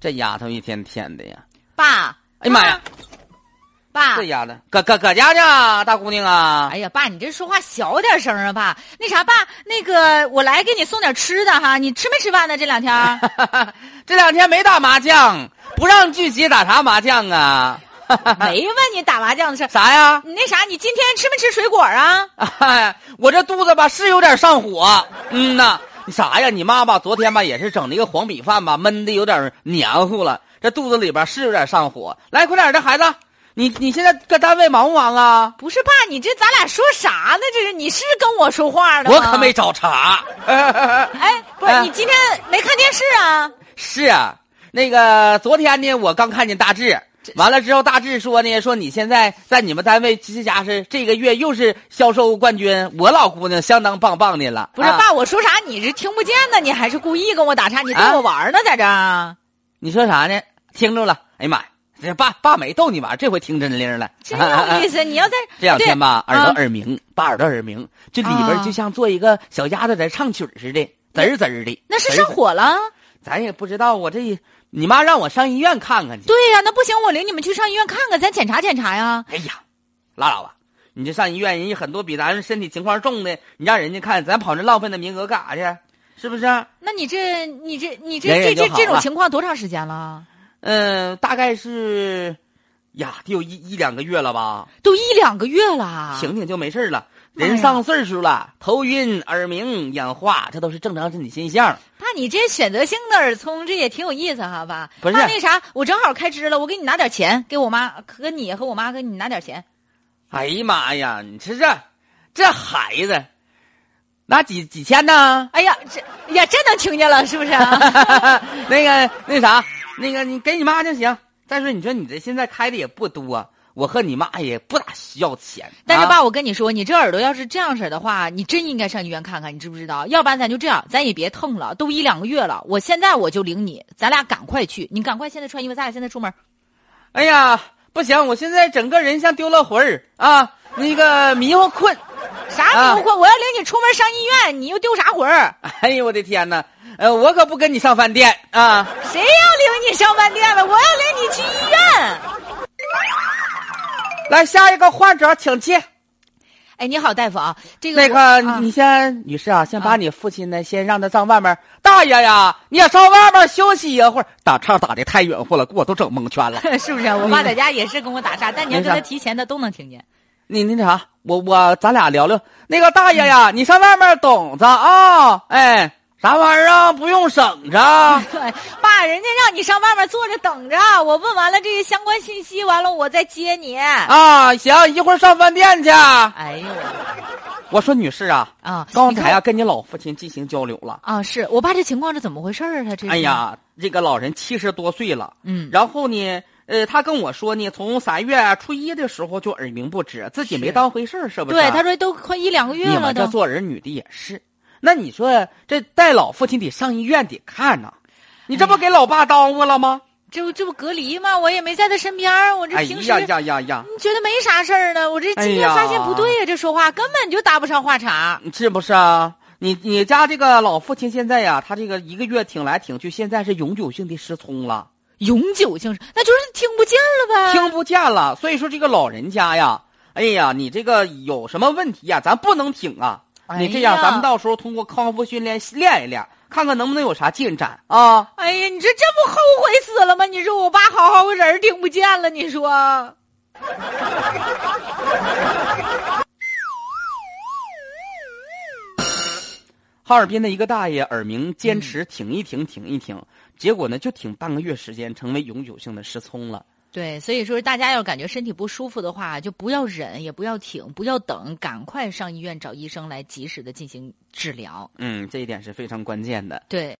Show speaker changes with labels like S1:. S1: 这丫头一天天的呀，
S2: 爸，嗯
S1: 哎呀妈呀，
S2: 爸
S1: 这，丫头搁搁搁家去啊，大姑娘啊，
S2: 啊哎呀，爸，你这说话小点声啊，爸。那啥，爸，那个我来给你送点吃的哈，你吃没吃饭呢？这两天 儿
S1: 这两天没打麻将，不让聚集，打啥麻将啊？
S2: 没问你打麻将的事儿。
S1: 啥呀？
S2: 你那啥，你今天吃没吃水果啊？
S1: 哎，我这肚子吧是有点上火，嗯呐，你啥呀？你妈吧昨天吧也是整了一个黄米饭吧，焖的有点黏糊了，这肚子里边是有点上火。来，快点儿，这孩子，你你现在搁单位忙不忙啊？
S2: 不是，爸，你这咱俩说啥呢？这是你是跟我说话呢吗
S1: 我可没。找茬。
S2: 哎，不是，
S1: 哎
S2: 你今天没看电视啊？
S1: 是啊，那个昨天呢，我刚看见大志，完了之后大志说呢，说你现在在你们单位这家是这个月又是销售冠军，我老姑娘相当棒棒的了。
S2: 不是，
S1: 啊，
S2: 爸，我说啥你是听不见呢？你还是故意跟我打岔？你逗
S1: 啊
S2: 我玩儿呢，在这儿？
S1: 你说啥呢？听着了，哎呀妈呀，这爸爸没逗你玩儿，这回听真灵了。
S2: 真有意思！你要在
S1: 这两天吧，
S2: 对
S1: 耳朵
S2: 啊
S1: 耳鸣，把耳朵耳鸣，这里边
S2: 啊
S1: 就像做一个小丫头在唱曲儿似的，滋儿滋儿的。
S2: 那是
S1: 滋儿
S2: 上
S1: 滋儿
S2: 火了。
S1: 咱也不知道，我这你妈让我上医院看看去。
S2: 对呀、那不行，我领你们去上医院看看，咱检查检查呀。
S1: 哎呀，拉倒吧！你这上医院，人家很多比咱身体情况重的，你让人家看，咱跑这浪费那名额干啥去？是啊不是？
S2: 那你这、你这、你这
S1: 忍
S2: 这
S1: 忍
S2: 这
S1: 就好
S2: 这种
S1: 了
S2: 情况多长时间了？
S1: 嗯、大概是，呀，得有一一两个月了吧。
S2: 都一两个月了。
S1: 醒醒就没事了，
S2: 妈啊呀
S1: 人上岁数了，头晕、耳鸣、眼花，这都是正常身体现象。
S2: 爸，你这选择性的耳聪，这也挺有意思哈，爸。
S1: 不是
S2: 爸那啥，我正好开支了，我给你拿点钱，给我妈和你和我妈给你拿点钱。
S1: 哎呀妈呀，你这这这孩子，拿几几千呢？
S2: 哎呀，这呀，真能听见了，是不是、 啊？
S1: 那个那啥，那个你给你妈就行。再说你说你这现在开的也不多，我和你妈也不咋需要钱。
S2: 但是
S1: 啊
S2: 爸，我跟你说，你这耳朵要是这样式儿的话，你真应该上医院看看，你知不知道？要不然咱就这样，咱也别蹭了，都一两个月了，我现在我就领你，咱俩赶快去，你赶快现在穿衣服，咱俩现在出门。
S1: 哎呀，不行，我现在整个人像丢了魂儿啊，那个迷糊困。
S2: 啥迷糊？我要领你出门上医院，你又丢啥魂儿？
S1: 哎呦我的天哪，呃，我可不跟你上饭店啊。
S2: 谁要领你上饭店了？我要领你去医院。
S1: 来，下一个患者请进。
S2: 哎，你好，大夫啊，这个
S1: 那
S2: 我
S1: 个，
S2: 啊
S1: 你先，女士啊，先
S2: 啊
S1: 把你父亲呢，先让他上外面。大爷呀，你也上外面休息一会儿。打岔打的太远乎了，给我都整蒙圈了。
S2: 是不是？啊我爸在家也是跟我打岔，但你要
S1: 嗯没
S2: 跟他
S1: 事
S2: 提前，他都能听见。
S1: 你那啥，我我咱俩聊聊。那个大爷
S2: 嗯
S1: 呀，你上外面等着啊、哎，啥玩意儿啊？不用省着。
S2: 对， 爸，人家让你上外面坐着等着，我问完了这些相关信息，完了我再接你。
S1: 啊，行，一会儿上饭店去。啊
S2: 哎呦
S1: 我说女士啊，
S2: 啊！
S1: 刚
S2: 你
S1: 才
S2: 看
S1: 啊跟你老父亲进行交流了。
S2: 啊，是我爸这情况是怎么回事儿啊？他这是
S1: 哎，呀，这个老人七十多岁了，
S2: 嗯，
S1: 然后呢，呃，他跟我说呢，从三月初一的时候就耳鸣不止，自己没
S2: 是
S1: 当回事儿，是不啊是？
S2: 对，他说都快一两个月
S1: 你
S2: 了
S1: 们
S2: 都
S1: 这。做人女的也是，那你说这带老父亲得上医院得看呐、你
S2: 哎
S1: 这不给老爸耽误了吗？
S2: 这不这不隔离吗？我也没在他身边儿，我这
S1: 哎
S2: 平时
S1: 呀呀呀呀！
S2: 你觉得没啥事儿呢？我这今天
S1: 哎呀
S2: 发现不对呀、这说话根本就搭不上话茬。
S1: 是不是啊？你你家这个老父亲现在呀、他这个一个月挺来挺去，现在是永久性的失聪了，
S2: 永久性那就是听不见了呗。
S1: 听不见了。所以说这个老人家呀，哎呀，你这个有什么问题呀、咱不能挺啊！
S2: 哎呀
S1: 你这样，咱们到时候通过康复训练练一练，看看能不能有啥进展啊？
S2: 哎呀，你这这不后悔死了吗？你说我爸好好人儿听不见了，你说
S1: 哈尔滨的一个大爷耳鸣，坚持挺一挺，挺一挺，结果呢就挺半个月时间，成为永久性的失聪了。
S2: 对，所以说大家要感觉身体不舒服的话，就不要忍，也不要挺，不要等，赶快上医院找医生来及时的进行治疗。
S1: 嗯，这一点是非常关键的。
S2: 对。